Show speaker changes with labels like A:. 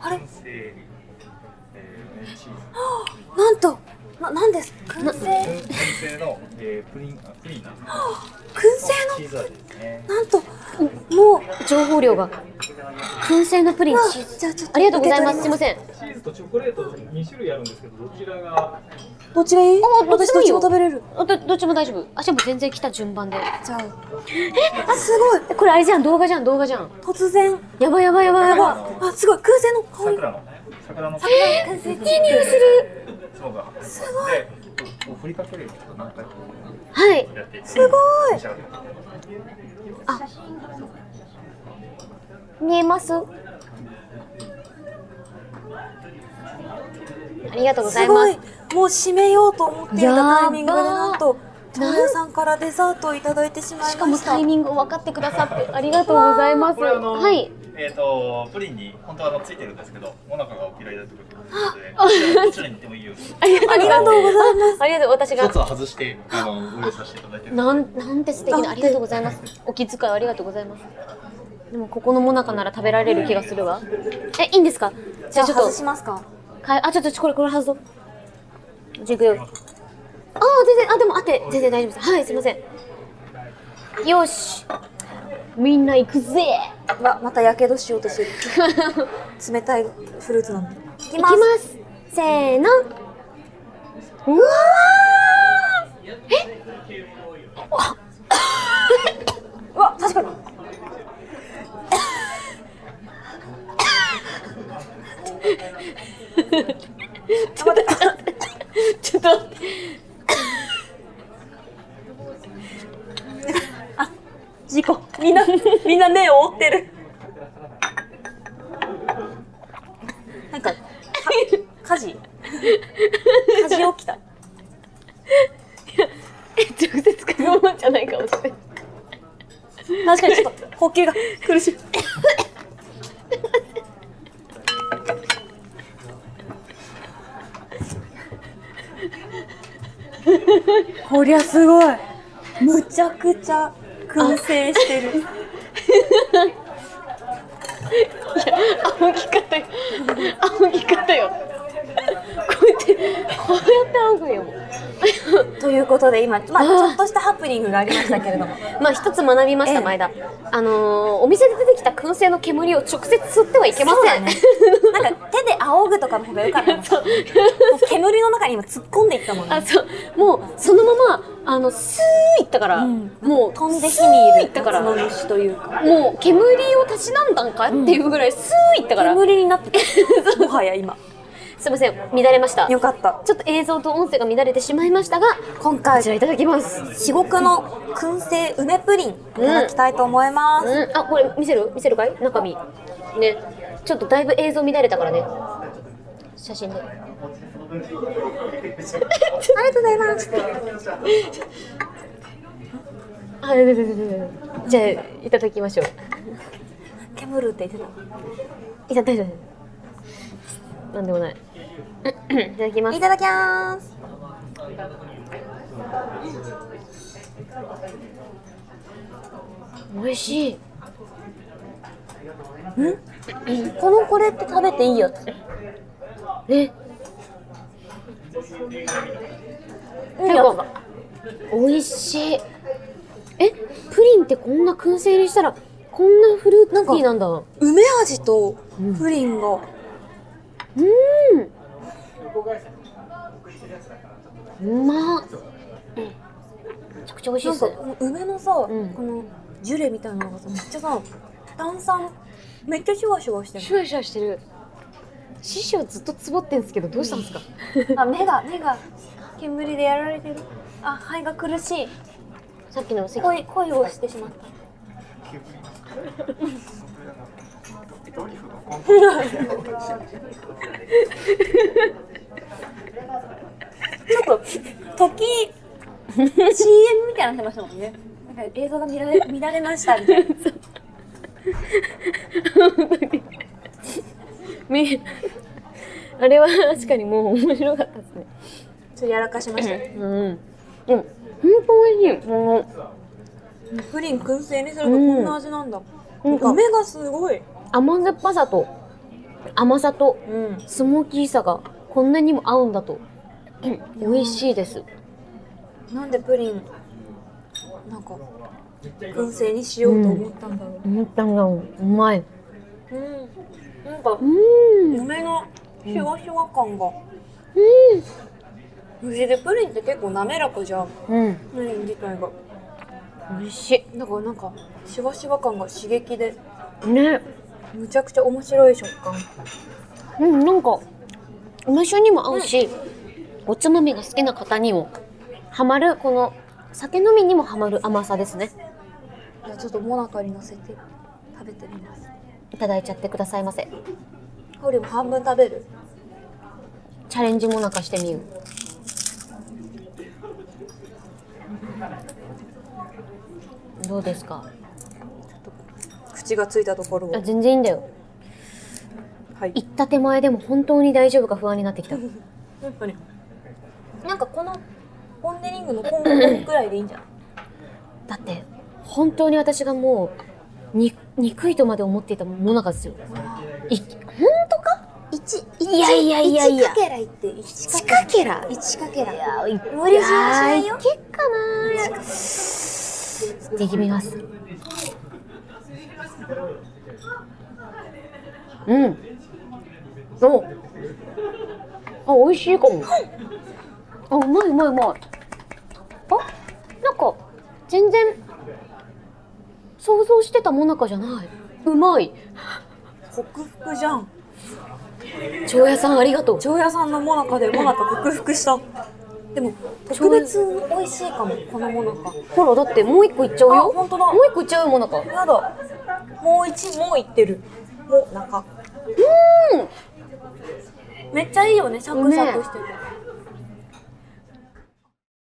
A: あれ
B: 生理、えー、メンチーズ
A: なんとな何です燻製
B: 燻製の、えー、プリンあプリンの
A: 燻
B: チ
A: 製
B: ーズ味ですね
A: のなんともう
C: 情報量が燻製のプリン
A: まあ
C: チーズ
A: じゃあちょっと
C: ありがとうございますすい
A: 受
C: ま
A: け取り
C: せん
B: チーズとチョコレート2種類あるんですけどどちらが
A: どっちがいい
C: あどっ
A: 私
C: ち
A: ど
C: も
A: っ
C: いい
A: ち
C: よ
A: も食べれる
C: あどどっちも大丈夫あしも全然来た順番で
A: じゃああすごい
C: これあれじゃん動画じゃん動画じゃん
A: 突然
C: やばいやばいやばいやばい
A: あすごい燻製の香り
B: 桜の桜の
A: えー、いい匂いする
B: 層がすごいでこう振りかけるように何回も
C: はい
B: やっていって
A: すごい
B: 召し上がってください
C: 見えますありがとうござ
A: す
C: いま
A: ご
C: す
A: いもう締めようと思っていたタイミングで
C: やばー
A: なんと常連さんからデザートをいただいてしまいました
C: しかもタイミングを分かってくださってありがとうございます
B: これあの、
C: はい
B: えっ、とプリンに本当はあのついてるんですけどモナカがお嫌いだってことですのでどちらに行ってもいいように
C: ありがとうご
A: ありがとうございます
C: ありがとう私
B: 一つ
C: が
B: は外してあのご用意させていただいてるので
C: なんなんて素敵なありがとうございますお気遣いありがとうございますでもここのもなかなら食べられる気がするわえいいんですかじ
A: じゃ
C: ゃあ
A: あ
C: ちょっ
A: 外し
C: と
A: ますか
C: かえあちょっとこれこれ外そうじゃあいくよああ全然あでもあって全然大丈夫ですはいすいませんよしみんな行くぜ
A: わまたやけどしようとして る冷たいフルーツなんでい
C: いきますせーのうわ
A: うわ確かに
C: ーちょっと待って
A: 事故みんなみんな目を覆ってるなんかか火事火事起きた
C: 直接嗅ぐもんじゃないかもしれない
A: 確かにちょっと呼吸が苦しいこりゃすごいむちゃくちゃ燻製してる
C: 仰ぎ方よ仰ぎ方よこうやってこうやって仰ぐよもう
A: ということで今、まあ、ちょっとしたハプニングがありましたけれども
C: まあ一つ学びまし
A: え
C: た
A: え
C: 前田あのー、お店で出てきた燻製の煙を直接吸ってはいけま
A: そう
C: せ
A: だ
C: ん
A: ねなんか手で仰ぐとかの方が良かった のかなもう煙の中に今突っ込んでいったもん
C: あ
A: ね
C: そうもうそのままあのスーいったから、
A: うん
C: もう
A: 飛んで火
C: スー
A: にい
C: い
A: る
C: ったから
A: の虫というか
C: もう煙をたしなんだんかっていうぐらいスーいったから、
A: 煙になってたもはや今
C: すいません乱れました
A: よかった
C: ちょっと映像と音声が乱れてしまいましたが
A: 今
C: こ
A: 回
C: ちらいただきます
A: 至極の燻製梅プリンいただきたいと思います、
C: うん、あこれ見せる見せるかい中身ねちょっとだいぶ映像乱れたからね写真で
A: ありがとうございます
C: あでででででじゃあいただきましょう
A: 煙って言って
C: いただいただいたなんでもない いただきま
A: たい
C: す
A: ただきます
C: 美味しい
A: このこれって食べていいよ
C: ね
A: いい
C: 結
A: よ
C: 構美味しいえプリンってこんな燻製にしたらこんなフルーティーなんだ
A: 梅味とプリンが、
C: うまっめちゃくちゃ美味しい
A: な
C: で
A: ん
C: す
A: かこの梅のさ、
C: ん
A: このジュレみたいなのがさめっちゃさ炭酸めっちゃシュワシュワして
C: シュワシュワしてる師匠ずっとつぼってんすけどどうしたんですか
A: るあ目が目が煙でやられてるあ肺が苦しい
C: さっきの席
A: 恋恋をしてしまったちょっと時 CM みたいになってましたもんねなんか映像が見られ見られましたみたいな
C: み あれは確かにもう面白かったですね。
A: ちょっとやらかしましたね
C: うん。うん。本当美味しい。も
A: プリン燻製にするとこんな味なんだ、
C: うん
A: なんか梅がすごい
C: の甘酸っぱさと甘さと
A: うん。
C: スモーキーさがこんなにも合うんだ と美味しいです
A: なんでプリン、なんか、燻製にしようと思ったんだろ。
C: 思ったんだもんうまいう
A: うん。なんか
C: う、ん
A: 梅のシュワシュワ感が。不思議でプリンって結構滑らかじゃん。
C: うん
A: プリン自体が。
C: 美味し
A: だからなんか、シュワシュワ感が刺激で、
C: いね
A: むちゃくちゃ面白い食感。
C: うんなんか梅酒にも合うし、おつまみが好きな方にもハマるこの酒飲みにもハマる甘さですね
A: じゃあちょっともなかに乗せて食べてみます。
C: いただいちゃってくださいませ
A: これも半分食べる。
C: チャレンジもなんかしてみようどうですか
A: 口がついたところを
C: あ。全然いいんだよ
A: はい。
C: 行った手前でも本当に大丈夫か不安になってきた
A: 本当に。なんかこのポンデリングの今後くらいでいいんじゃない
C: だって本当に私がもうに憎いとまで思っていたもなかですよい本当か
A: 一
C: いやいやいやいや
A: 一かけらいって一か
C: 仕掛けら
A: 一かけら。
C: 無
A: 無理強いしないよ
C: いけっかなーできみますうんおあ美味しいかもあうまいうまいうまいあなんか全然想像してたもなかじゃないうまい
A: 克服じゃん。
C: 長屋さんありがとう
A: 長屋さんのモナカでモナカ克服した。でも特別美味しいかもこのモナカ。
C: ほらだってもう一個いっちゃう
A: あ
C: よ
A: 本当だ
C: もう一個いっちゃうよもなか
A: やだ。もう一もういってる。もう中。うん。めっちゃいいよね。サクサクしてて。